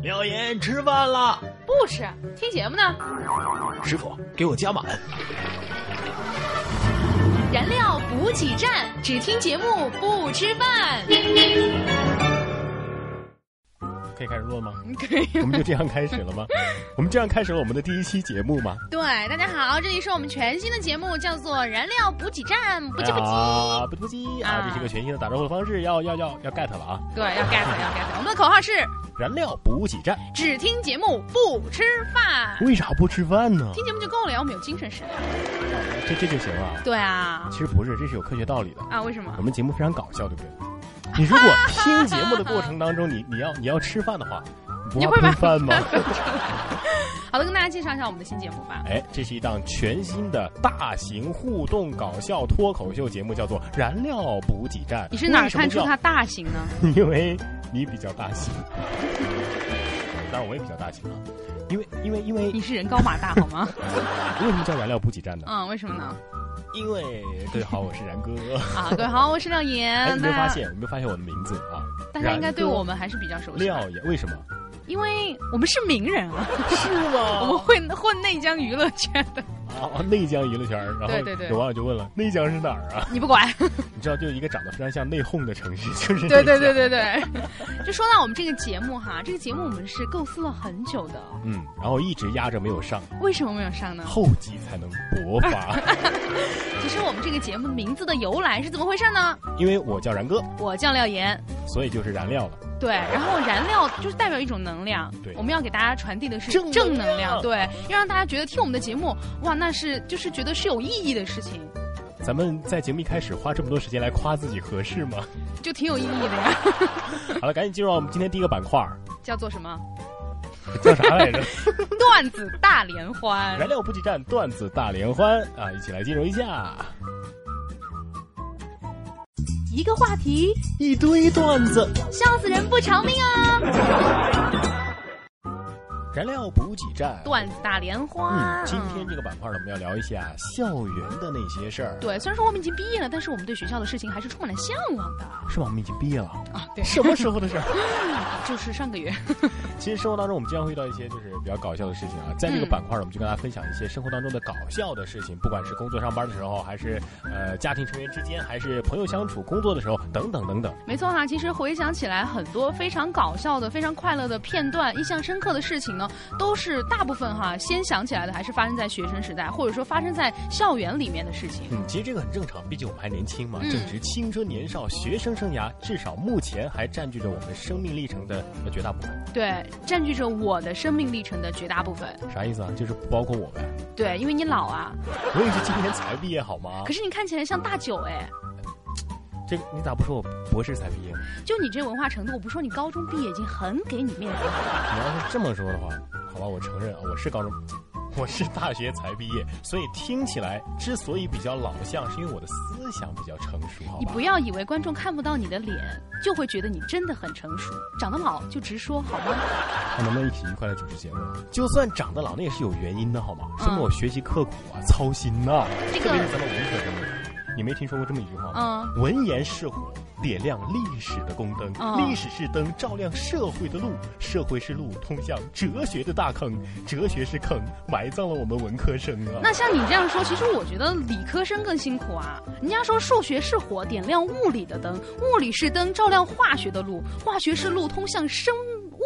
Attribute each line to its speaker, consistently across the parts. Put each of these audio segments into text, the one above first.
Speaker 1: 妙言吃饭了，
Speaker 2: 不吃，听节目呢。
Speaker 1: 师傅给我加满。
Speaker 2: 燃料补给站，只听节目不吃饭。
Speaker 1: 可以开始录了吗？
Speaker 2: 可以。
Speaker 1: 我们就这样开始了 吗？我们这样开始了我们的第一期节目吗？
Speaker 2: 对，大家好，这里是我们全新的节目，叫做《燃料补给站》，不急不急。
Speaker 1: 啊，不急不急啊！
Speaker 2: 啊
Speaker 1: 这是一个全新的打招呼的方式，要要要要 get 了啊！
Speaker 2: 对，要 get 要 get。我们的口号是：
Speaker 1: 燃料补给站，
Speaker 2: 只听节目不吃饭。
Speaker 1: 为啥不吃饭呢？
Speaker 2: 听节目就够了呀，我们有精神食粮。
Speaker 1: 这这就行了。
Speaker 2: 对啊，
Speaker 1: 其实不是，这是有科学道理的。
Speaker 2: 啊，为什么
Speaker 1: 我？们节目非常搞笑，对不对？你如果听节目的过程当中，你你要你要吃饭的话， 你
Speaker 2: 你
Speaker 1: 不
Speaker 2: 会
Speaker 1: 怕
Speaker 2: 把
Speaker 1: 喷饭吗？
Speaker 2: 好的，跟大家介绍一下我们的新节目吧。
Speaker 1: 哎，这是一档全新的大型互动搞笑脱口秀节目，叫做《燃料补给站》。
Speaker 2: 你是哪
Speaker 1: 为
Speaker 2: 儿
Speaker 1: 什么
Speaker 2: 看出
Speaker 1: 叫
Speaker 2: 它大型呢？
Speaker 1: 因为你比较大型，当然我也比较大型啊。因为因为因为
Speaker 2: 你是人高马大好吗？
Speaker 1: 为什么叫燃料补给站呢？
Speaker 2: 嗯，为什么呢？
Speaker 1: 因为各位好，我是然 哥。
Speaker 2: 啊，各位好，我是廖
Speaker 1: 哎，
Speaker 2: 岩。
Speaker 1: 你没
Speaker 2: 大
Speaker 1: 有发
Speaker 2: 家
Speaker 1: 现？你没有发现我的名字 啊？
Speaker 2: 大家应该对
Speaker 1: 然哥
Speaker 2: 我们还是比较熟悉，
Speaker 1: 廖也为什么？
Speaker 2: 因为我们是名人啊，
Speaker 1: 是
Speaker 2: 我们
Speaker 1: 吗？
Speaker 2: 混混内江娱乐圈 的，哦
Speaker 1: 啊，内江娱乐圈儿。然后
Speaker 2: 对对对
Speaker 1: 有网友就问了，内江是哪儿啊？
Speaker 2: 你不管。
Speaker 1: 你知道，就一个长得非常像内讧的城市，就是
Speaker 2: 对
Speaker 1: 内江
Speaker 2: 对对对对， 就说到我们这个节目哈，这个节目我们是构思了很久的，
Speaker 1: 嗯，然后一直压着没有上，
Speaker 2: 为什么没有上呢？
Speaker 1: 后期才能勃发。
Speaker 2: 其实我们这个节目名字的由来是怎么回事呢？
Speaker 1: 因为我叫然哥，
Speaker 2: 我叫廖岩，
Speaker 1: 所以就是燃料了。
Speaker 2: 对，然后燃料就是代表一种能量，
Speaker 1: 对
Speaker 2: 我们要给大家传递的是
Speaker 1: 正
Speaker 2: 正
Speaker 1: 能
Speaker 2: 能量，
Speaker 1: 量
Speaker 2: 对，要让大家觉得听我们的节目，哇，那是就是觉得是有意义的事情，
Speaker 1: 咱们在节目一开始花这么多时间来夸自己合适吗？
Speaker 2: 就挺有意义的呀，
Speaker 1: 好了，赶紧进入到我们今天第一个板块儿，
Speaker 2: 叫做 什么？
Speaker 1: 叫啥来 着？
Speaker 2: 段子大联欢。
Speaker 1: 燃料补给站段子大联欢啊！一起来进入一下，
Speaker 2: 一个话题，
Speaker 1: 一堆段子。
Speaker 2: 笑死人不偿命啊！
Speaker 1: 燃料补给站，
Speaker 2: 段子大联欢。
Speaker 1: 嗯，今天这个板块呢，我们要聊一下校园的那些事儿，
Speaker 2: 对，虽然说我们已经毕业了，但是我们对学校的事情还是充满了向往的
Speaker 1: 是吧？我们已经毕业了，
Speaker 2: 啊。对，
Speaker 1: 什么时候的事儿？
Speaker 2: 就是上个月，
Speaker 1: 其实生活当中我们经常会遇到一些就是比较搞笑的事情啊，在这个
Speaker 2: 嗯
Speaker 1: 板块儿我们就跟大家分享一些生活当中的搞笑的事情，不管是工作上班的时候，还是呃家庭成员之间，还是朋友相处、工作的时候，等等等等。
Speaker 2: 没错哈、啊其实回想起来，很多非常搞笑的、非常快乐的片段、印象深刻的事情呢，都是大部分哈、先想起来的，还是发生在学生时代，或者说发生在校园里面的事情。
Speaker 1: 嗯，其实这个很正常，毕竟我们还年轻嘛，
Speaker 2: 嗯
Speaker 1: 正值青春年少，学生生涯至少目前还占据着我们生命历程的呃绝大部分。
Speaker 2: 对，占据着我的生命历程的绝大部分。
Speaker 1: 啥意思啊？就是不包括我呗。
Speaker 2: 对，因为你老啊，
Speaker 1: 我也是今年才毕业，好吗
Speaker 2: 可？是你看起来像大九哎，
Speaker 1: 这个你咋不说我博士才毕业呢？
Speaker 2: 就你这文化程度，我不说你高中毕业已经很给你面子了。
Speaker 1: 你要是这么说的话，好吧，我承认啊，我是高中， 我是大学才毕业，所以听起来之所以比较老相，是因为我的思想比较成熟，好
Speaker 2: 你
Speaker 1: 吧
Speaker 2: 不？要以为观众看不到你的脸，就会觉得你真的很成熟。长得老就直说好吗？
Speaker 1: 还能不能一起愉快的主持节目？就算长得老，那也是有原因的，好吗？
Speaker 2: 嗯
Speaker 1: 说明我学习刻苦啊，操心呐、
Speaker 2: 这
Speaker 1: 特别是
Speaker 2: 个，
Speaker 1: 咱们文科生们，你没听说过这么一句话吗？
Speaker 2: 嗯，
Speaker 1: 文言是火，点亮历史的宫灯；
Speaker 2: 嗯
Speaker 1: 历史是灯，照亮社会的路；社会是路，通向哲学的大坑；哲学是坑，埋葬了我们文科生啊。
Speaker 2: 那像你这样说，其实我觉得理科生更辛苦啊。人家说数学是火，点亮物理的灯；物理是灯，照亮化学的路；化学是路，通向生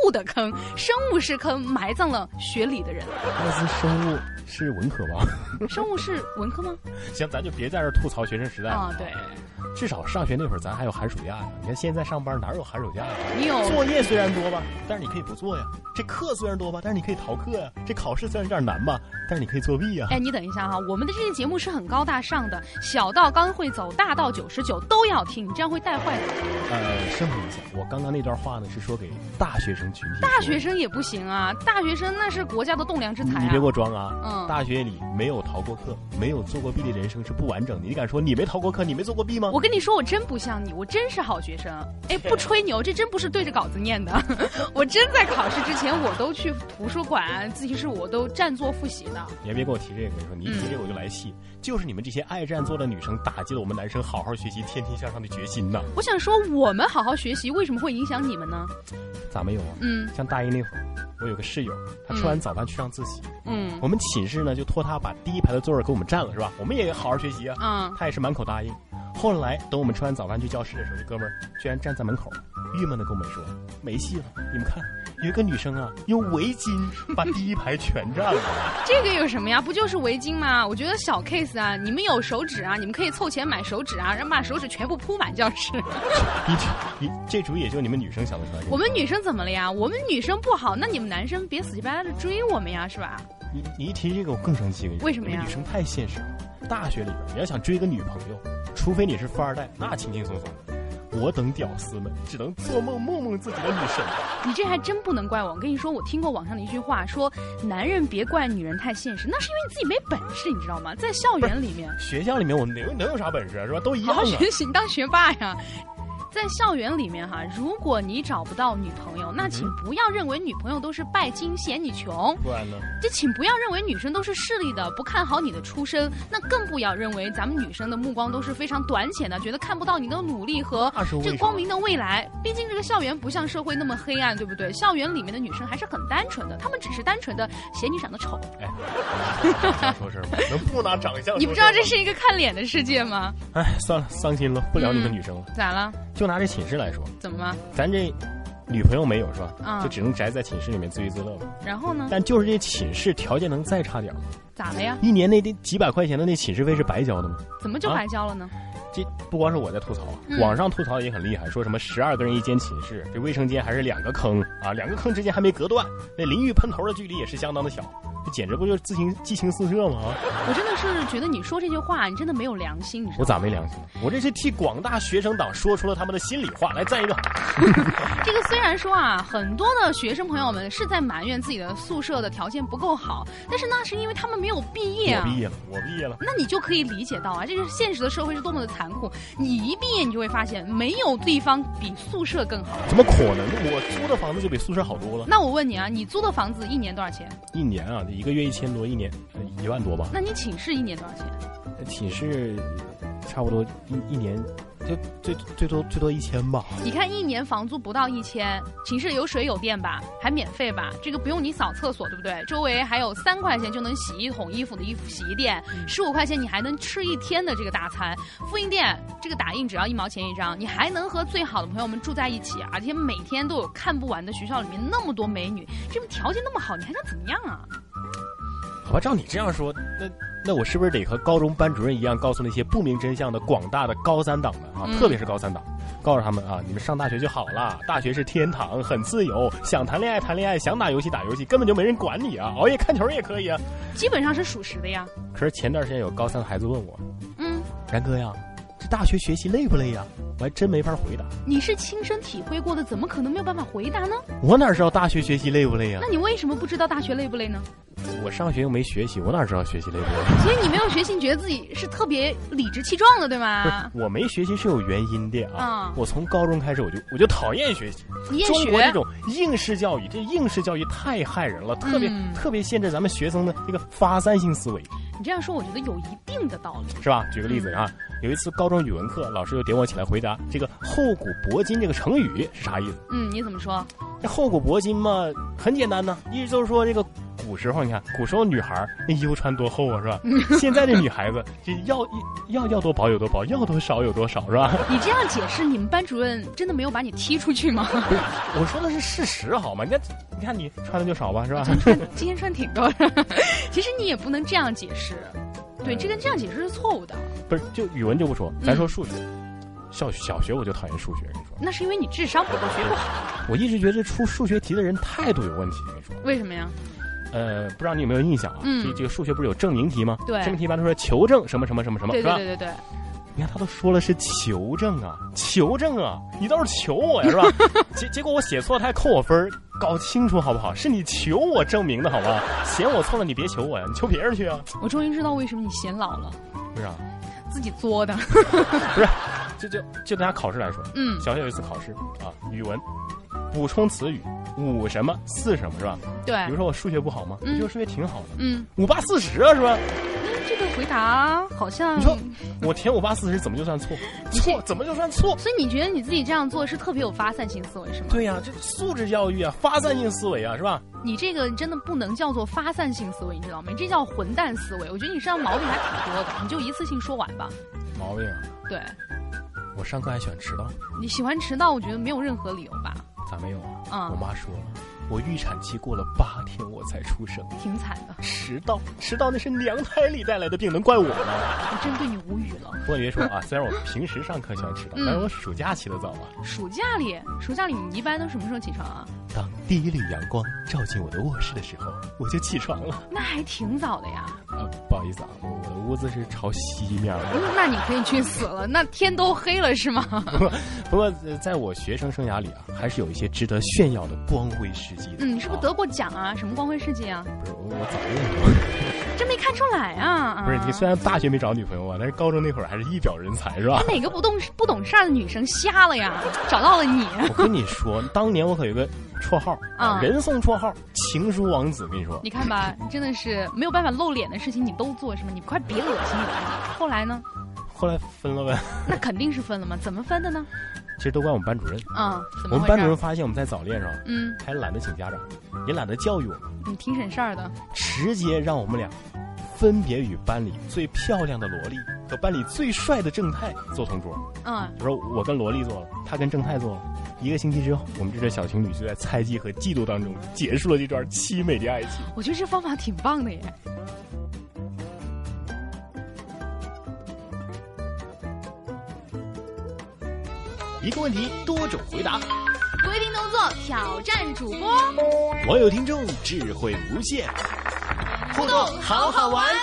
Speaker 2: 物的坑；生物是坑，埋葬了学理的人。
Speaker 1: 那是生物是文科吗？
Speaker 2: 生物是文科吗？
Speaker 1: 行，咱就别在这儿吐槽学生时代了。
Speaker 2: 啊、对，
Speaker 1: 至少上学那会儿咱还有寒暑假呢。你看现在上班哪有寒暑假呀？
Speaker 2: 你有
Speaker 1: 作业虽然多吧，但是你可以不做呀。这课虽然多吧，但是你可以逃课呀。这考试虽然有点难吧，但是你可以作弊呀。
Speaker 2: 哎，你等一下哈，我们的这期节目是很高大上的，小到刚会走，大到九十九都要听，你这样会带坏的。
Speaker 1: 呃，声明一下，我刚刚那段话呢是说给大学生群体。
Speaker 2: 大学。生也不行啊，大学生那是国家的栋梁之才啊。
Speaker 1: 你别给我装啊！
Speaker 2: 嗯
Speaker 1: 大学里没有逃过课、没有做过弊的人生是不完整的。你敢说你没逃过课、你没做过弊吗？
Speaker 2: 我跟你说，我真不像你，我真是好学生。哎，不吹牛，这真不是对着稿子念的。 我真在考试之前，我都去图书馆、自习室，我都占座复习的。
Speaker 1: 你还别跟我提这个，你说你一提这个我就来气。就是你们这些爱占座的女生，打击了我们男生好好学习、天天向上的决心呐。
Speaker 2: 我想说，我们好好学习，为什么会影响你们呢？
Speaker 1: 咋没有啊？
Speaker 2: 嗯，
Speaker 1: 像大一那会儿，我有个室友，他吃完早饭去上自习，
Speaker 2: 嗯
Speaker 1: 我们寝室呢就托他把第一排的座位给我们占了，是吧？我们也好好学习啊。
Speaker 2: 啊，
Speaker 1: 他也是满口答应。后来等我们吃完早饭去教室的时候，这哥们儿居然站在门口，郁闷的跟我们说：“没戏了，你们看，有一个女生啊，用围巾把第一排全占了。
Speaker 2: 这个有什么呀？不就是围巾吗？我觉得小 case 啊，你们有手纸啊，你们可以凑钱买手纸啊，然后把手纸全部铺满教室。
Speaker 1: 你这你这主意也就你们女生想得出来。
Speaker 2: 我们女生怎么了呀？我们女生不好，那你们男生别死乞白赖的追我们呀，是吧？
Speaker 1: 你你一提这个我更生气，我跟你说
Speaker 2: 为什么呀
Speaker 1: 你们女生太现实了。大学里边你要想追一个女朋友，除非你是富二代，那轻轻松松。我等屌丝们只能做梦梦梦自己的女神。
Speaker 2: 你这还真不能怪我。我跟你说，我听过网上的一句话，说男人别怪女人太现实，那是因为你自己没本事，你知道吗？在校园里面，
Speaker 1: 学校里面我能能有啥本事啊？是吧？都一
Speaker 2: 好
Speaker 1: 样啊
Speaker 2: 好。 学习，你当学霸呀。在校园里面哈，如果你找不到女朋友，那请不要认为女朋友都是拜金嫌你穷，
Speaker 1: 不然呢？
Speaker 2: 这请不要认为女生都是势利的，不看好你的出身，那更不要认为咱们女生的目光都是非常短浅的，觉得看不到你的努力和
Speaker 1: 那是为
Speaker 2: 这
Speaker 1: 啥
Speaker 2: 光明的未来。毕竟这个校园不像社会那么黑暗，对不对？校园里面的女生还是很单纯的，她们只是单纯的嫌你长得丑。
Speaker 1: 哎，说事儿吗？能不拿长相？
Speaker 2: 你不知道这？是一个看脸的世界吗？
Speaker 1: 哎，算了，伤心了，不聊你们
Speaker 2: 嗯
Speaker 1: 女生了。
Speaker 2: 咋了？
Speaker 1: 就拿这寝室来说，
Speaker 2: 怎么了？
Speaker 1: 咱这女朋友没有是吧？
Speaker 2: 啊
Speaker 1: 就只能宅在寝室里面自娱自乐吧。
Speaker 2: 然后呢？
Speaker 1: 但就是这寝室条件能再差点吗？
Speaker 2: 咋了呀？
Speaker 1: 一年那得几百块钱的那寝室费是白交的吗？
Speaker 2: 怎么就
Speaker 1: 啊
Speaker 2: 白交了呢？
Speaker 1: 这不光是我在吐槽啊，
Speaker 2: 嗯
Speaker 1: 网上吐槽也很厉害，说什么十二个人一间寝室，这卫生间还是两个坑啊，两个坑之间还没隔断，那淋浴喷头的距离也是相当的小，这简直不就是自行激情四射吗？啊
Speaker 2: 我真的是觉得你说这句话，你真的没有良心，你知
Speaker 1: 我
Speaker 2: 道
Speaker 1: 咋没良心？我这是替广大学生党说出了他们的心里话，来赞一个。
Speaker 2: 吗？这个虽然说啊，很多的学生朋友们是在埋怨自己的宿舍的条件不够好，但是那是因为他们没有毕业
Speaker 1: 我
Speaker 2: 啊
Speaker 1: 毕。业了，我毕业了。
Speaker 2: 那你就可以理解到啊，这个现实的社会是多么的残酷。你一毕业，你就会发现没有地方比宿舍更好。
Speaker 1: 怎么可能？我租的房子就比宿舍好多了。
Speaker 2: 那我问你啊，你租的房子一年多少钱？
Speaker 1: 一年啊，一个月一千多，一年呃一万多吧。呃
Speaker 2: 那你寝室一年多少钱？
Speaker 1: 寝室差不多一一年，就最最多最多一千吧。
Speaker 2: 你看一年房租不到一千，寝室有水有电吧，还免费吧，这个不用你扫厕所，对不对？周围还有三块钱就能洗一桶衣服的衣服洗衣店，十五块钱你还能吃一天的这个大餐。复印店这个打印只要一毛钱一张，你还能和最好的朋友们住在一起，而且每天都有看不完的学校里面那么多美女，这个条件那么好，你还想怎么样啊？
Speaker 1: 好吧，照你这样说，那那我是不是得和高中班主任一样，告诉那些不明真相的广大的高三党们啊，
Speaker 2: 嗯
Speaker 1: 特别是高三党，告诉他们啊，你们上大学就好了，大学是天堂，很自由，想谈恋爱谈恋爱，想打游戏打游戏，根本就没人管你啊，熬夜看球也可以啊。
Speaker 2: 基本上是属实的呀。
Speaker 1: 可是前段时间有高三的孩子问我，
Speaker 2: 嗯，
Speaker 1: 然哥呀，这大学学习累不累呀？我还真没法回答，
Speaker 2: 你是亲身体会过的，怎么可能没有办法回答呢？
Speaker 1: 我哪知道大学学习累不累呀
Speaker 2: 那？你为什么不知道大学累不累呢？
Speaker 1: 我上学又没学习，我哪知道学习累不累？
Speaker 2: 所以你没有学习，你觉得自己是特别理直气壮的，对
Speaker 1: 不
Speaker 2: 吗？
Speaker 1: 是，我没学习是有原因的啊。
Speaker 2: 啊，
Speaker 1: 我从高中开始，我就我就讨厌学习。
Speaker 2: 你厌
Speaker 1: 中国这
Speaker 2: 学，
Speaker 1: 种应试教育，这应试教育太害人了，特别、
Speaker 2: 嗯
Speaker 1: 特别限制咱们学生的这个发散性思维，
Speaker 2: 你这样说，我觉得有一定的道理。
Speaker 1: 是吧？举个例子啊，
Speaker 2: 嗯
Speaker 1: 有一次高中语文课，老师就点我起来回答这个“厚古薄今”这个成语是啥意思。
Speaker 2: 嗯，你怎么说？
Speaker 1: 这厚古薄今嘛，很简单呐、意思就是说这个古时候，你看古时候女孩儿那衣服穿多厚啊，是 吧？现在这女孩子这要要要多薄有多薄，要多少有多少，是 吧？
Speaker 2: 你这样解释，你们班主任真的没有把你踢 出去吗？
Speaker 1: 我说的是事实，好吗？你看，你看你穿的就少吧，是吧？
Speaker 2: 今天穿挺多的， 其实你也不能这样解释。对，
Speaker 1: 嗯
Speaker 2: 这个这样解释是错误的。
Speaker 1: 不是，就语文就不说，咱
Speaker 2: 嗯
Speaker 1: 说数学。小小学我就讨厌数学，跟你说，
Speaker 2: 那是因为你智商不够，学不好。
Speaker 1: 我一直觉得出数学题的人态度有问题。跟你说，
Speaker 2: 为什么呀？
Speaker 1: 呃，不知道你有没有印象啊？
Speaker 2: 嗯
Speaker 1: 这这个数学不是有证明题吗？
Speaker 2: 对
Speaker 1: 证明题一般都说求证什么什么什么什么，
Speaker 2: 对
Speaker 1: 是吧
Speaker 2: 对？对对对，
Speaker 1: 你看他都说了是求证啊，求证啊，你倒是求我 呀，是吧？结结果我写错，他还扣我分儿搞清楚好不好？是你求我证明的好吧？嫌我错了，你别求我呀，你求别人去啊，
Speaker 2: 我终于知道为什么你显老了，
Speaker 1: 是啊？
Speaker 2: 自己作的。
Speaker 1: 就就就拿考试来说，
Speaker 2: 嗯
Speaker 1: 小学有一次考试啊，语文补充词语五什么四什么是吧？
Speaker 2: 对
Speaker 1: 比，如说我数学不好吗？我
Speaker 2: 哎嗯
Speaker 1: 觉得数学挺好的，
Speaker 2: 嗯，
Speaker 1: 五八四十啊是吧？
Speaker 2: 这个回答好像
Speaker 1: 你。说我填五八四十怎么就算错？错怎么就算错？
Speaker 2: 所以你觉得你自己这样做是特别有发散性思维是吗？
Speaker 1: 对呀、这素质教育啊，发散性思维啊，是吧？
Speaker 2: 你这个真的不能叫做发散性思维，你知道吗？你这叫混蛋思维。我觉得你身上毛病还挺多的，你就一次性说完吧。
Speaker 1: 毛病啊！
Speaker 2: 对
Speaker 1: 我上课还喜欢迟到，
Speaker 2: 你喜欢迟到，我觉得没有任何理由吧？
Speaker 1: 咋没有啊？
Speaker 2: 啊、
Speaker 1: 我妈说了，我预产期过了八天我才出生，
Speaker 2: 挺惨的，
Speaker 1: 迟到，迟到那是娘胎里带来的病，能怪我吗？
Speaker 2: 我真对你无语了。
Speaker 1: 我别说啊，虽然我平时上课喜欢迟到，
Speaker 2: 嗯
Speaker 1: 但是我暑假起得早啊。
Speaker 2: 暑假里，暑假里你一般都什么时候起床啊？
Speaker 1: 当第一缕阳光照进我的卧室的时候，我就起床了。
Speaker 2: 那还挺早的呀。
Speaker 1: 啊，不好意思啊，我我的屋子是朝西面的。
Speaker 2: 嗯那你可以去死了，那天都黑了是吗？
Speaker 1: 不过，呃在我学生生涯里啊，还是有一些值得炫耀的光辉事迹的。
Speaker 2: 嗯，你是不是
Speaker 1: 啊
Speaker 2: 得过奖啊？什么光辉事迹啊？
Speaker 1: 不是我我早就
Speaker 2: 真没看出来啊！
Speaker 1: 不是你，虽
Speaker 2: 然
Speaker 1: 然大学没找女朋友啊，但是高中那会儿还是一表人才，是吧？
Speaker 2: 嗯哪个不懂不懂事儿的女生瞎了呀？找到了你，
Speaker 1: 我跟你说，当年我可有个绰号
Speaker 2: 啊
Speaker 1: 人送绰号“情书王子”。我跟你说，
Speaker 2: 你看吧，你真的是没有办法露脸的事情你都做是吗？你快别恶心我了。后来呢？
Speaker 1: 后来分了呗，
Speaker 2: 那肯定是分了嘛？怎么分的呢？
Speaker 1: 其实都怪我们班主任。
Speaker 2: 嗯，怎
Speaker 1: 我
Speaker 2: 么
Speaker 1: 们
Speaker 2: 回
Speaker 1: 班主任
Speaker 2: 事？
Speaker 1: 发现我们在早恋上
Speaker 2: 嗯，
Speaker 1: 还懒得请家长，也懒得教育我们，
Speaker 2: 你挺省事儿的。
Speaker 1: 直接让我们俩分别与班里最漂亮的萝莉和班里最帅的正太做同桌。
Speaker 2: 嗯，
Speaker 1: 我说我跟萝莉做了，他跟正太做了。一个星期之后，我们这对小情侣就在猜忌和嫉妒当中结束了这段凄美的爱情。
Speaker 2: 我觉得这方法挺棒的耶。
Speaker 1: 一个问题，多种回答。
Speaker 2: 规定动作挑战主播，
Speaker 1: 网友听众智慧无限，互动好好玩。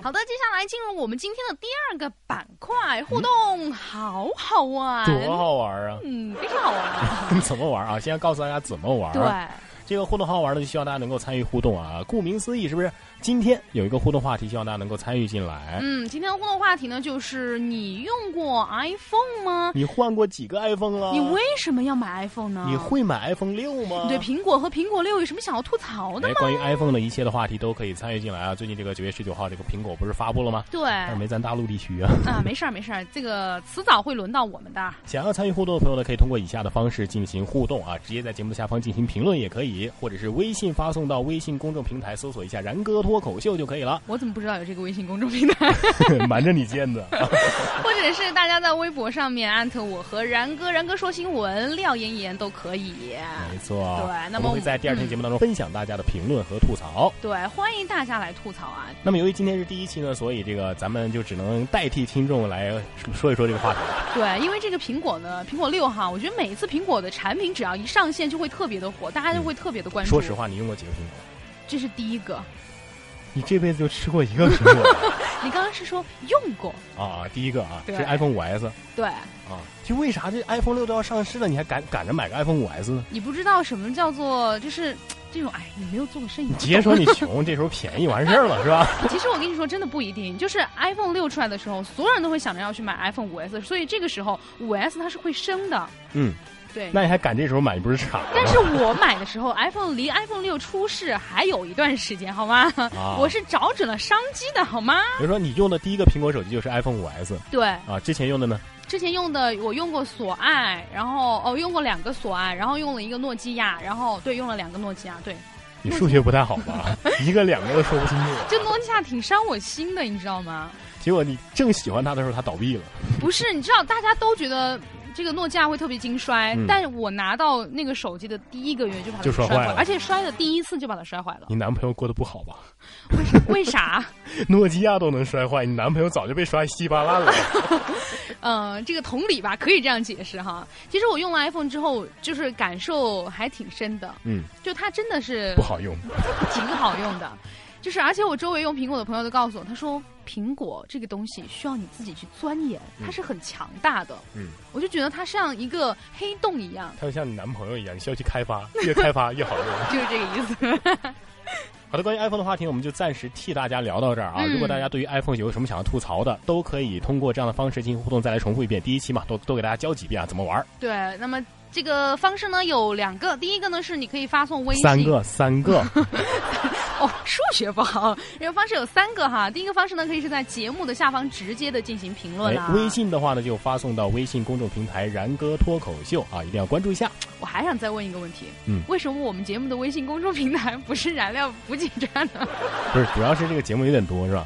Speaker 2: 好的，接下来进入我们今天的第二个板块互
Speaker 1: 嗯
Speaker 2: 动，好好玩，
Speaker 1: 多好玩啊！
Speaker 2: 嗯，非常好玩啊。
Speaker 1: 怎么玩啊？先要告诉大家怎么玩。啊
Speaker 2: 对，，
Speaker 1: 这个互动好好玩呢，就希望大家能够参与互动啊。顾名思义，是不是今天有一个互动话题，希望大家能够参与进来？
Speaker 2: 嗯，今天的互动话题呢，就是你用过 iPhone 吗？
Speaker 1: 你换过几个 iPhone 了？
Speaker 2: 你为什么要买 iPhone 呢？
Speaker 1: 呃你会买 iPhone 六吗？
Speaker 2: 你对苹果和苹果六有什么想要吐槽的
Speaker 1: 哎，？关于 iPhone 的一切的话题都可以参与进来啊！最近这个九月十九号，这个苹果不是发布了吗？
Speaker 2: 对，
Speaker 1: 但是
Speaker 2: 啊、
Speaker 1: 没咱大陆地区啊。
Speaker 2: 没事儿没事儿，这个迟早会轮到我们的。
Speaker 1: 想要参与互动的朋友呢，可以通过以下的方式进行互动啊，直接在节目的下方进行评论也可以，或者是微信发送到微信公众平台搜索一下“然哥脱口秀”就可以
Speaker 2: 。
Speaker 1: 了
Speaker 2: 我怎么不知道有这个微信公众平台？
Speaker 1: 瞒着你见的，
Speaker 2: 或者是大家在微博上面艾特我和然哥，然哥说新闻，廖妍妍都可以。
Speaker 1: 没错。啊
Speaker 2: 对那
Speaker 1: 哦我
Speaker 2: 么嗯
Speaker 1: 们会在第二天节目当中分享大家的评论和吐槽。
Speaker 2: 对，欢迎大家来吐槽啊！
Speaker 1: 那么由于今天是第一期呢，所以这个咱们就只能代替听众来说一说这个话题。
Speaker 2: 对，因为这个苹果呢，苹果六哈，我觉得每一次苹果的产品只要一上线，就会特别的火，大家就会特别的关注。
Speaker 1: 嗯说实，话，你用过几个苹果？
Speaker 2: 这是第一个。
Speaker 1: 你这辈子就吃过一个苹果。
Speaker 2: 你刚刚是说用过？
Speaker 1: 啊，第一个啊，
Speaker 2: 对
Speaker 1: 是 iPhone 五 S
Speaker 2: 对，
Speaker 1: 啊，就为啥这 iPhone 六都要上市了，你还赶赶着买个 iPhone 五 S 呢？
Speaker 2: 你不知道什么叫做就是这种，哎，你没有做过生意
Speaker 1: 你。直接说你穷，这时候便宜完事儿了是吧？
Speaker 2: 其实我跟你说，真的不一定。就是 iPhone 六出来的时候，所有人都会想着要去买 iPhone 五 S，所以这个时候五 S 它是会升的。
Speaker 1: 嗯，
Speaker 2: 对。
Speaker 1: 那你还赶这时候买，你不是傻吗？
Speaker 2: 但是我买的时候，iPhone 离 iPhone 六出世还有一段时间，好吗？
Speaker 1: 啊，
Speaker 2: 我是找准了商机的，好吗？
Speaker 1: 比如说你用的第一个苹果手机就是 iPhone 五 S
Speaker 2: 对，
Speaker 1: 啊，之前用的呢，
Speaker 2: 之前用的我用过索爱，然后哦用过两个索爱，然后用了一个诺基亚，然后对用了两个诺基亚，对，
Speaker 1: 你数学不太好吧？ 一个两个都说不清楚，
Speaker 2: 这诺基亚挺伤我心的，你知道吗？
Speaker 1: 结果你正喜欢它的时候，它倒闭了。
Speaker 2: 不是，你知道大家都觉得这个诺基亚会特别经摔，
Speaker 1: 嗯
Speaker 2: 但是我拿到那个手机的第一个月就把它
Speaker 1: 就摔
Speaker 2: 摔
Speaker 1: 坏了嗯
Speaker 2: 而且摔的第一次就把它摔坏了
Speaker 1: 你。男朋友过得不好吧？
Speaker 2: 为啥？为啥？
Speaker 1: 诺基亚都能摔坏，你男朋友早就被摔稀巴烂了。
Speaker 2: 呃，这个同理吧，可以这样解释哈。其实我用了 iPhone 之后，就是感受还挺深的，
Speaker 1: 嗯，
Speaker 2: 就它真的是
Speaker 1: 不好用，
Speaker 2: 挺好用的。就是，而且我周围用苹果的朋友都告诉我，他说苹果这个东西需要你自己去钻研，
Speaker 1: 嗯
Speaker 2: 它是很强大的。
Speaker 1: 嗯，
Speaker 2: 我就觉得它像一个黑洞一样，
Speaker 1: 它就像你男朋友一样，你需要去开发，越开发 越好用。
Speaker 2: 就是这个意思。
Speaker 1: 好的，关于 iPhone 的话题，我们就暂时替大家聊到这儿啊。
Speaker 2: 嗯
Speaker 1: 如果大家对于 iPhone 有什么想要吐槽的，都可以通过这样的方式进行互动，再来重复一遍第一期嘛，都都给大家教几遍啊，怎么玩儿。
Speaker 2: 对，那么这个方式呢有两个，第一个呢是你可以发送微信，
Speaker 1: 三个三 个，哎
Speaker 2: 哦，数学不好。然后方式有三个哈，第一个方式呢可以是在节目的下方直接的进行评论啊啦。
Speaker 1: 哎，微信的话呢就发送到微信公众平台“然哥脱口秀”啊，一定要关注一下。
Speaker 2: 我还想再问一个问题，
Speaker 1: 嗯
Speaker 2: 为什么我们节目的微信公众平台不是燃料补给站呢？
Speaker 1: 不是，主要是这个节目有点多是吧？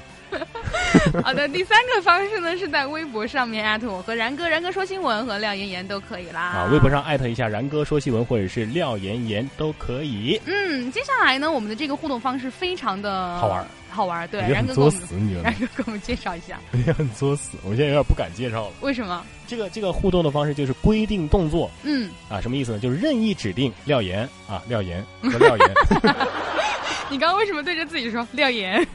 Speaker 2: 好的，第三个方式呢是在微博上面艾特我和然哥，然哥说新闻和廖妍妍都可以啦。
Speaker 1: 啊，微博。上艾特一下“然哥说新闻”或者是“廖妍妍”都可以。
Speaker 2: 嗯，接下来呢，我们的这个互动方式非常的
Speaker 1: 好玩儿，
Speaker 2: 好玩儿。对，
Speaker 1: 我觉得
Speaker 2: 然哥
Speaker 1: 很
Speaker 2: 给我
Speaker 1: 作
Speaker 2: 们，
Speaker 1: 死，你觉得
Speaker 2: 然
Speaker 1: 吗？
Speaker 2: 哥给我们介绍一下，
Speaker 1: 我觉得很作死，我现在有点不敢介绍了。
Speaker 2: 为什么？
Speaker 1: 这个这个互动的方式就是规定动作
Speaker 2: 嗯，
Speaker 1: 啊，什么意思呢？就是任意指定廖岩啊，廖岩和廖 岩，
Speaker 2: 你刚刚为什么对着自己说廖岩？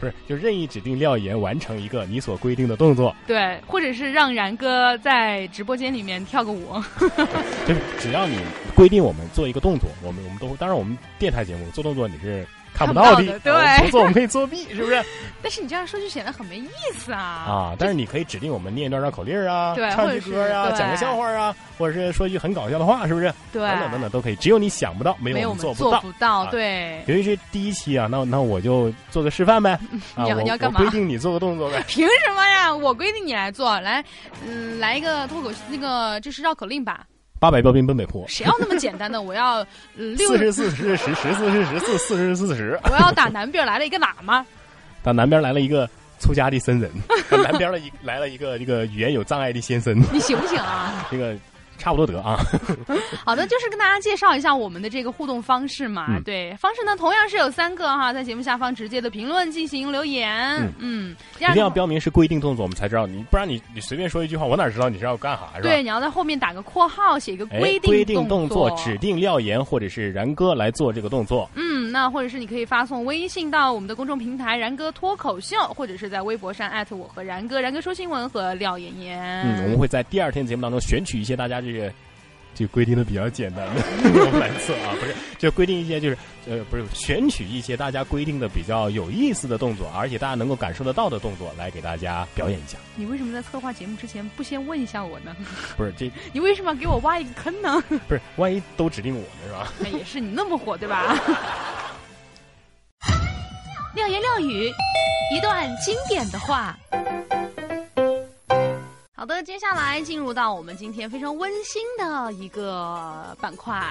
Speaker 1: 不是，就任意指定廖岩完成一个你所规定的动作，
Speaker 2: 对，或者是让然哥在直播间里面跳个舞。
Speaker 1: 就是只要你规定我们做一个动作，我们我们都当然我们电台节目做动作你是看不到
Speaker 2: 看不到的对
Speaker 1: 啊我们不做我们可以作弊，是 不是
Speaker 2: 但是你这样说就显得很没意思啊。
Speaker 1: 啊？但是你可以指定我们念一段绕口令啊，
Speaker 2: 对
Speaker 1: 唱
Speaker 2: 或
Speaker 1: 句
Speaker 2: 者是
Speaker 1: 歌啊，
Speaker 2: 对
Speaker 1: 讲个笑话啊，或者是说一句很搞笑的话，是不是？
Speaker 2: 对，
Speaker 1: 等等等等都可以，只有你想不到，没
Speaker 2: 没
Speaker 1: 有
Speaker 2: 有
Speaker 1: 我
Speaker 2: 我
Speaker 1: 们
Speaker 2: 们
Speaker 1: 做不
Speaker 2: 做
Speaker 1: 到。
Speaker 2: 不到。
Speaker 1: 啊
Speaker 2: 对，
Speaker 1: 由于是第一期啊，那那我就做个示范呗。啊，
Speaker 2: 你要
Speaker 1: 我
Speaker 2: 你要干
Speaker 1: 我
Speaker 2: 嘛
Speaker 1: 规定你做个动作呗。
Speaker 2: 凭什么呀？我规定你来做，来，嗯，来一个脱口秀，那个就是绕口 令吧。
Speaker 1: 八百标兵奔北坡，
Speaker 2: 谁要那么简单的？我要嗯六
Speaker 1: 四，十四十十十四十十四四十四十。
Speaker 2: 我要打南边来了一个喇嘛。
Speaker 1: 到南边来了一个出家的 僧人，到南边了一来了一个这个语言有障碍的先生，
Speaker 2: 你行不 行啊？
Speaker 1: 这个差不多得啊。
Speaker 2: 好的，就是跟大家介绍一下我们的这个互动方式嘛。
Speaker 1: 嗯
Speaker 2: 对，方式呢同样是有三个哈，在节目下方直接的评论进行留言。嗯，第
Speaker 1: 一
Speaker 2: 二
Speaker 1: 定要
Speaker 2: 个
Speaker 1: 标明是规定动作，我们才知道你，不然你你随便说一句话，我哪知道你是要干啥是吧？
Speaker 2: 对，你要在后面打个括号，写一个
Speaker 1: 哎，
Speaker 2: 规
Speaker 1: 规
Speaker 2: 定
Speaker 1: 定动作
Speaker 2: 作
Speaker 1: 指定廖岩或者是然哥来做这个动作。
Speaker 2: 嗯，那或者是你可以发送微信到我们的公众平台“然哥脱口秀”，或者是在微博上艾特我和然哥，然哥说新闻和廖妍妍。
Speaker 1: 嗯，我们会在第二天节目当中选取一些大家这个。就规定的比较简单 的，我们来测啊，不是，就规定一些就是呃，不是选取一些大家规定的比较有意思的动作，而且大家能够感受得到的动作来给大家表演一下。
Speaker 2: 你为什么在策划节目之前不先问一下我呢？
Speaker 1: 不是这
Speaker 2: 你为什么要给我挖一个坑呢？
Speaker 1: 不是，万一都指定我呢是 吧？
Speaker 2: 哎也是你那么火对吧？ 廖言廖语，一段经典的话。好的，接下来进入到我们今天非常温馨的一个板块，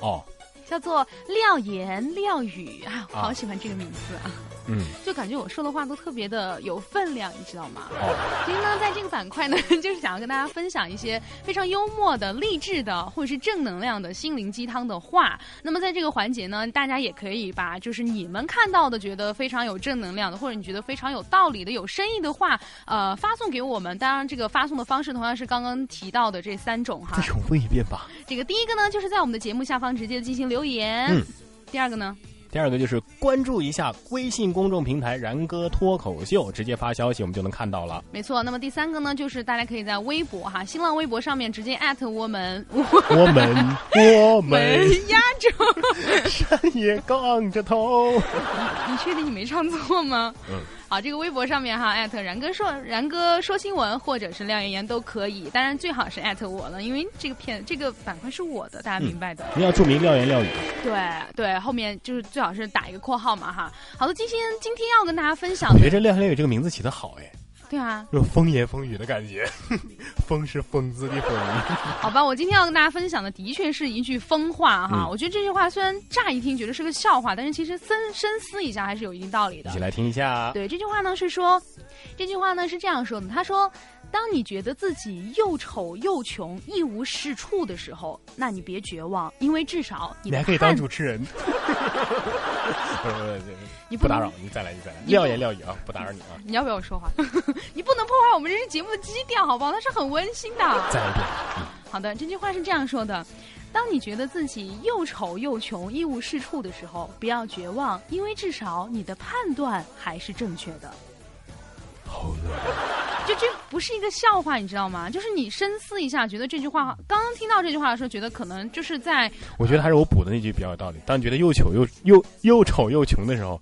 Speaker 1: 哦，
Speaker 2: 叫做“廖言廖语”啊，我
Speaker 1: 啊
Speaker 2: 好喜欢这个名字啊，
Speaker 1: 嗯，
Speaker 2: 就感觉我说的话都特别的有分量，你知道吗？
Speaker 1: 哦，
Speaker 2: 其实呢，在这个板块呢， 就是想要跟大家分享一些非常幽默的、励志的，或者是正能量的心灵鸡汤的话。那么在这个环节呢，大家也可以把就是你们看到的、觉得非常有正能量的，或者你觉得非常有道理的、有深意的话，呃，发送给我们。当然，这个发送的方式同样是刚刚提到的这三种哈
Speaker 1: 再。重复一遍吧。
Speaker 2: 这个第一个呢，就是在我们的节目下方直接进行留言。
Speaker 1: 嗯
Speaker 2: 第二个呢，
Speaker 1: 第二个就是关注一下微信公众平台“然哥脱口秀”，直接发消息我们就能看到了。
Speaker 2: 没错。那么第三个呢，就是大家可以在微博哈、新浪微博上面直接艾特我们，
Speaker 1: 我们我
Speaker 2: 我
Speaker 1: 们
Speaker 2: 们压轴。
Speaker 1: 山野杠着头。
Speaker 2: 你确定你没唱错吗？
Speaker 1: 嗯。
Speaker 2: 好，这个微博上面哈，艾特然哥说，然哥说新闻，或者是廖妍妍都可以，当然最好是艾特我了，因为这个片这个板块是我的，大家明白的。
Speaker 1: 你要注明廖言廖语，
Speaker 2: 对对，后面就是最好是打一个括号嘛哈。好的，今天今天要跟大家分享
Speaker 1: 我觉得
Speaker 2: 的，
Speaker 1: 这廖言廖语这个名字起得好哎，
Speaker 2: 对啊，
Speaker 1: 啊有风言风语的感觉。风是疯子的风，
Speaker 2: 好吧，我今天要跟大家分享的的确是一句疯话哈。
Speaker 1: 嗯
Speaker 2: 我觉得这句话虽然乍一听觉得是个笑话，但是其实深深思一下还是有一定道理
Speaker 1: 一
Speaker 2: 的
Speaker 1: 起。来听一下。啊
Speaker 2: 对，这句话呢是说，这句话呢是这样说的：他说，当你觉得自己又丑又穷、一无是处的时候，那你别绝望，因为至少你
Speaker 1: 你还
Speaker 2: 的
Speaker 1: 可以
Speaker 2: 汗
Speaker 1: 当主持人。 不不不，
Speaker 2: 你不
Speaker 1: 不打
Speaker 2: 能
Speaker 1: 扰，你再来，你再来。
Speaker 2: 你不
Speaker 1: 廖言廖语啊，不打扰你啊，
Speaker 2: 你要不要我说话？ 你不能破坏我们这期节目的基调，好不好？它是很温馨的。
Speaker 1: 再来一遍。
Speaker 2: 好的，这句话是这样说的：当你觉得自己又丑又穷、一无是处的时候，不要绝望，因为至少你的判断还是正确的。
Speaker 1: 好的。
Speaker 2: 就这不是一个笑话，你知道吗？就是你深思一下，觉得这句话，刚刚听到这句话的时候，觉得可能就是在
Speaker 1: 我觉得还是我补的那句比较有道理。当你觉得又丑又又又丑又穷的时候，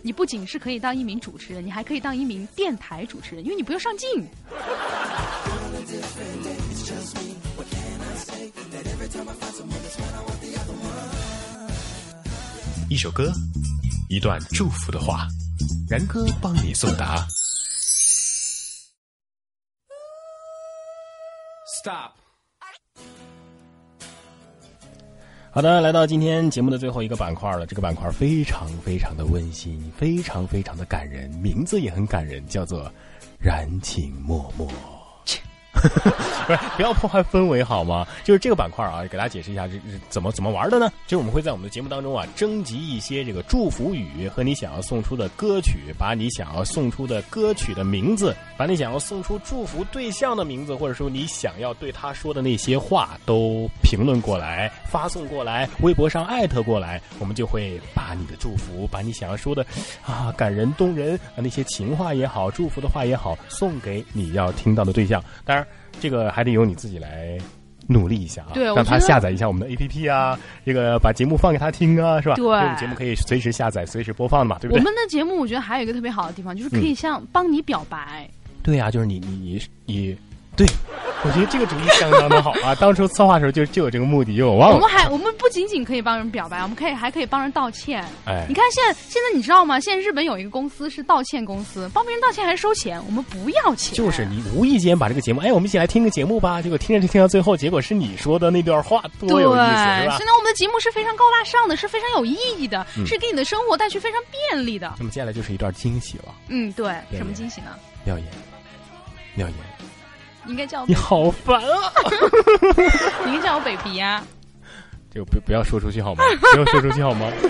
Speaker 2: 你不仅是可以当一名主持人，你还可以当一名电台主持人，因为你不用上镜。
Speaker 3: 一首歌，一段祝福的话，然哥帮你送达。
Speaker 1: Stop。好的，来到今天节目的最后一个板块了。这个板块非常非常的温馨，非常非常的感人，名字也很感人，叫做“燃情脉脉”。不是， 不要破坏氛围好吗？就是这个板块啊，给大家解释一下，这这怎么怎么玩的呢？就是我们会在我们的节目当中啊，征集一些这个祝福语和你想要送出的歌曲，把你想要送出的歌曲的名字，把你想要送出祝福对象的名字，或者说你想要对他说的那些话，都评论过来，发送过来，微博上艾特过来，我们就会把你的祝福，把你想要说的啊感人动人啊那些情话也好，祝福的话也好，送给你要听到的对象。当然。这个还得由你自己来努力一下啊，
Speaker 2: 对我
Speaker 1: 让他
Speaker 2: 觉得
Speaker 1: 下载一下我们的 APP 啊，这个把节目放给他听啊，是吧？
Speaker 2: 对
Speaker 1: 因为我们节目可以随时下载、随时播放的嘛，对不
Speaker 2: 我
Speaker 1: 对？
Speaker 2: 们的节目我觉得还有一个特别好的地方，就是可以像帮你表白。
Speaker 1: 对呀、就是你你你你，对，我觉得这个主意相当的好啊！当初策划的时候就就有这个目的，就有哦
Speaker 2: 我
Speaker 1: 忘了
Speaker 2: 们，还我们不仅仅可以帮人表白，我们可以还可以帮人道歉。
Speaker 1: 哎
Speaker 2: 你，看现在现在你知道吗？现在日本有一个公司是道歉公司，帮别人道歉还收钱，我们不要钱。
Speaker 1: 就是你无意间把这个节目，哎，我们一起来听个节目吧，结果听着听到最后，结果是你说的那段话，多
Speaker 2: 对，
Speaker 1: 有意思，是吧
Speaker 2: 所以？呢，我们的节目是嗯非常高大上的，是非常有意义的，是给你的生活带去非常便利的。
Speaker 1: 那么接下来就是一段惊喜了，
Speaker 2: 嗯，对，
Speaker 1: 对
Speaker 2: 什么惊喜呢？
Speaker 1: 廖岩，廖岩，
Speaker 2: 应该 叫
Speaker 1: 你好烦啊！
Speaker 2: 应该叫我啊 baby 呀、
Speaker 1: 就不不要说出去好吗？不要说出去好吗？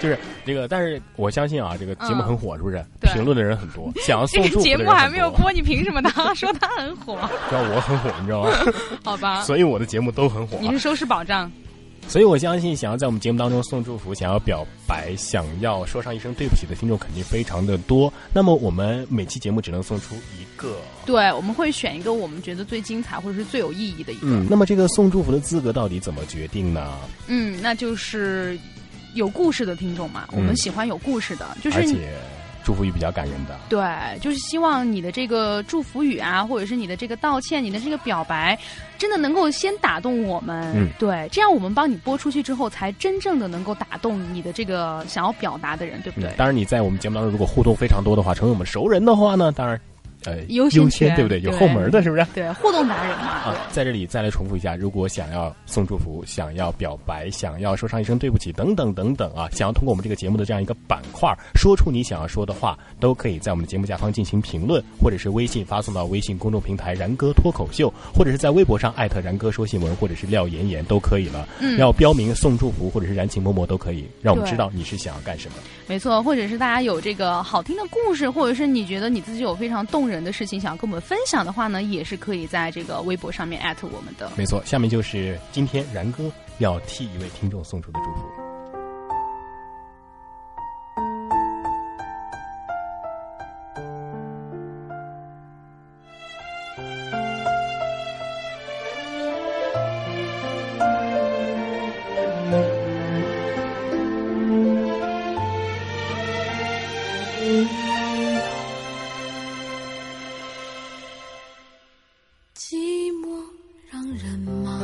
Speaker 1: 就是这个，但是我相信啊，这个节目很火，是不是？
Speaker 2: 嗯对
Speaker 1: 评论的人很多，想要
Speaker 2: 这
Speaker 1: 送
Speaker 2: 个
Speaker 1: 祝福的
Speaker 2: 节
Speaker 1: 人
Speaker 2: 目还没有
Speaker 1: 很多，
Speaker 2: 播，你凭什么他 说他很火？
Speaker 1: 知道我很火，你知 道吗？
Speaker 2: 好吧，
Speaker 1: 所以我的节目都很火。啊
Speaker 2: 你是收视保障。
Speaker 1: 所以我相信，想要在我们节目当中送祝福、想要表白、想要说上一声对不起的听众，肯定非常的多。那么我们每期节目只能送出一个。
Speaker 2: 对，我们会选一个我们觉得最精彩或者是最有意义的一个。
Speaker 1: 嗯，那么这个送祝福的资格到底怎么决定呢？
Speaker 2: 嗯，那就是有故事的听众嘛，我们
Speaker 1: 嗯
Speaker 2: 喜欢有故事的，就
Speaker 1: 而
Speaker 2: 是你
Speaker 1: 且祝福语比较感人的。
Speaker 2: 对，就是希望你的这个祝福语啊，或者是你的这个道歉，你的这个表白，真的能够先打动我们。
Speaker 1: 嗯
Speaker 2: 对，这样我们帮你播出去之后，才真正的能够打动你的这个想要表达的人，对不对？
Speaker 1: 嗯，当然你在我们节目当中如果互动非常多的话，成为我们熟人的话呢，当然，呃，
Speaker 2: 优先
Speaker 1: 先
Speaker 2: 权
Speaker 1: 对不对？有
Speaker 2: 对
Speaker 1: 后门的，是不是？
Speaker 2: 对，互动达人嘛。
Speaker 1: 啊，在这里再来重复一下，如果想要送祝福、想要表白、想要说上一声对不起等等等等啊，想要通过我们这个节目的这样一个板块说出你想要说的话，都可以在我们的节目下方进行评论，或者是微信发送到微信公众平台“然哥脱口秀”，或者是在微博上艾特“然哥说新闻”或者是“廖妍妍”都可以了。
Speaker 2: 嗯
Speaker 1: 要标明送祝福或者是燃情脉脉都可以，让我们
Speaker 2: 对
Speaker 1: 知道你是想要干什么。
Speaker 2: 没错，或者是大家有这个好听的故事，或者是你觉得你自己有非常动人的事情想要跟我们分享的话呢，也是可以在这个微博上面艾特我们的。
Speaker 1: 没错，下面就是今天然哥要替一位听众送出的祝福。
Speaker 4: 寂寞让人忙，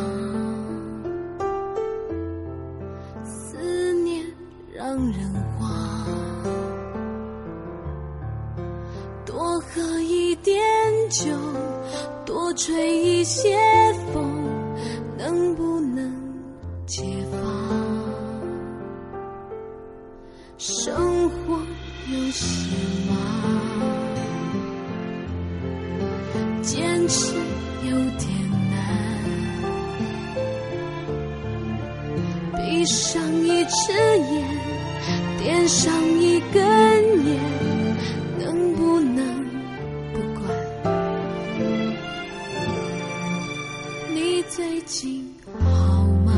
Speaker 4: 思念让人慌。多喝一点酒，多吹一些风，能不能解放？生活有些忙。坚持有点难，闭上一只眼，点上一根烟，能不能不管？你最近好吗？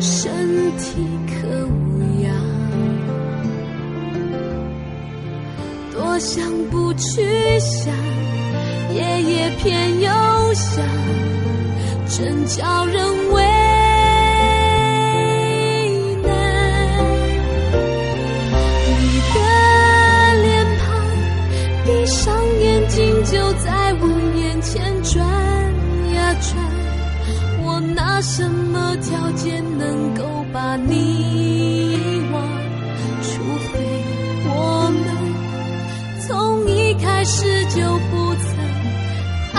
Speaker 4: 身体可无恙？多想不去想，夜夜偏又想，真叫人为难。你的脸庞，闭上眼睛就在我眼前转呀转，我那什么条件能够把你遗忘？除非我们从一开始就不曾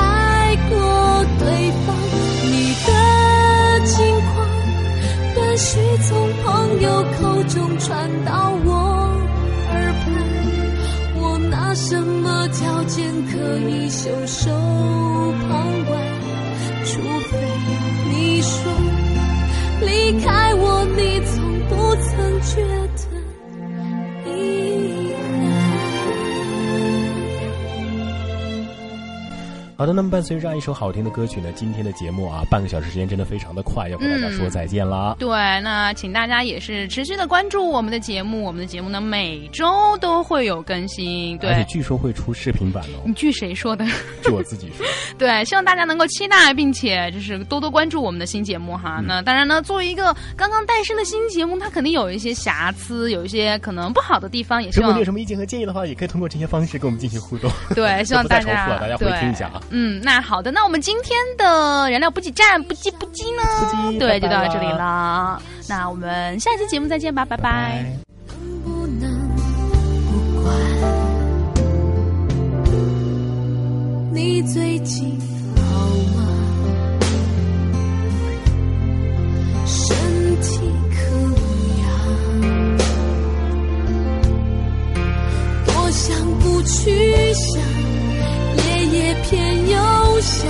Speaker 4: 爱过对方。你的情况，断续从朋友口中传到我耳畔，我拿什么条件可以袖手旁观？除非你说离开我，你从不曾觉得遗憾。
Speaker 3: 好的，那么伴随着这样一首好听的歌曲呢，今天的节目啊，半个小时时间真的非常的快，要和大家说再见啦。
Speaker 2: 对，那请大家也是持续的关注我们的节目，我们的节目呢每周都会有更新。
Speaker 3: 而且
Speaker 2: 对，
Speaker 3: 据说会出视频版哦
Speaker 2: 你，据谁说的？
Speaker 3: 据我自己说，
Speaker 2: 对，希望大家能够期待，并且就是多多关注我们的新节目哈。
Speaker 1: 嗯
Speaker 2: 那当然呢，作为一个刚刚诞生的新节目，它肯定有一些瑕疵，有一些可能不好的地方，也希
Speaker 1: 如果你
Speaker 2: 望
Speaker 1: 有什么意见和建议的话，也可以通过这些方式跟我们进行互动。
Speaker 2: 对，希
Speaker 1: 就
Speaker 2: 望
Speaker 1: 不
Speaker 2: 大
Speaker 1: 再重
Speaker 2: 家
Speaker 1: 复了，大家回听一下啊。
Speaker 2: 对嗯，那好的，那我们今天的燃料补给站不急不急呢，
Speaker 1: 不急
Speaker 2: 对，就
Speaker 1: 拜拜
Speaker 2: 到这里
Speaker 1: 啦
Speaker 2: 了。那我们下期节目再见吧，拜拜
Speaker 4: 能不能不管？你最近好吗？身体可啊痒？多想不去想，夜夜偏又想，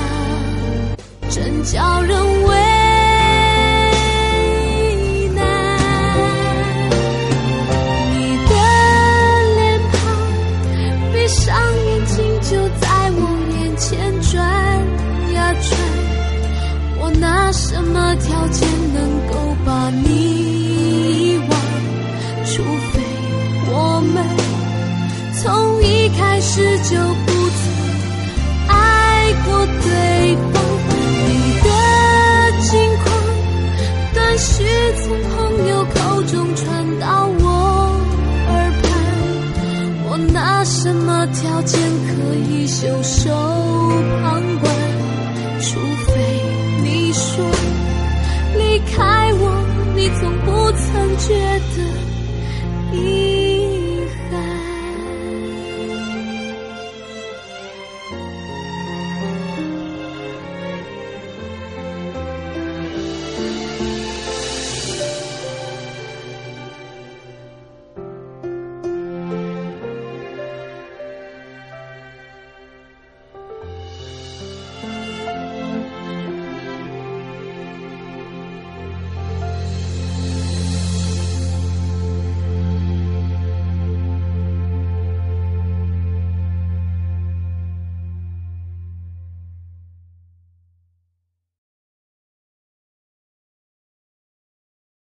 Speaker 4: 真叫人为难。你的脸庞，闭上眼睛就在我面前转呀转，我拿什么条件能够把你遗忘？除非我们从一开始就不曾爱过对方。你的近况。断续从朋友口中传到我耳畔，我拿什么条件可以袖手旁观？除非你说离开我，你从不曾觉得遗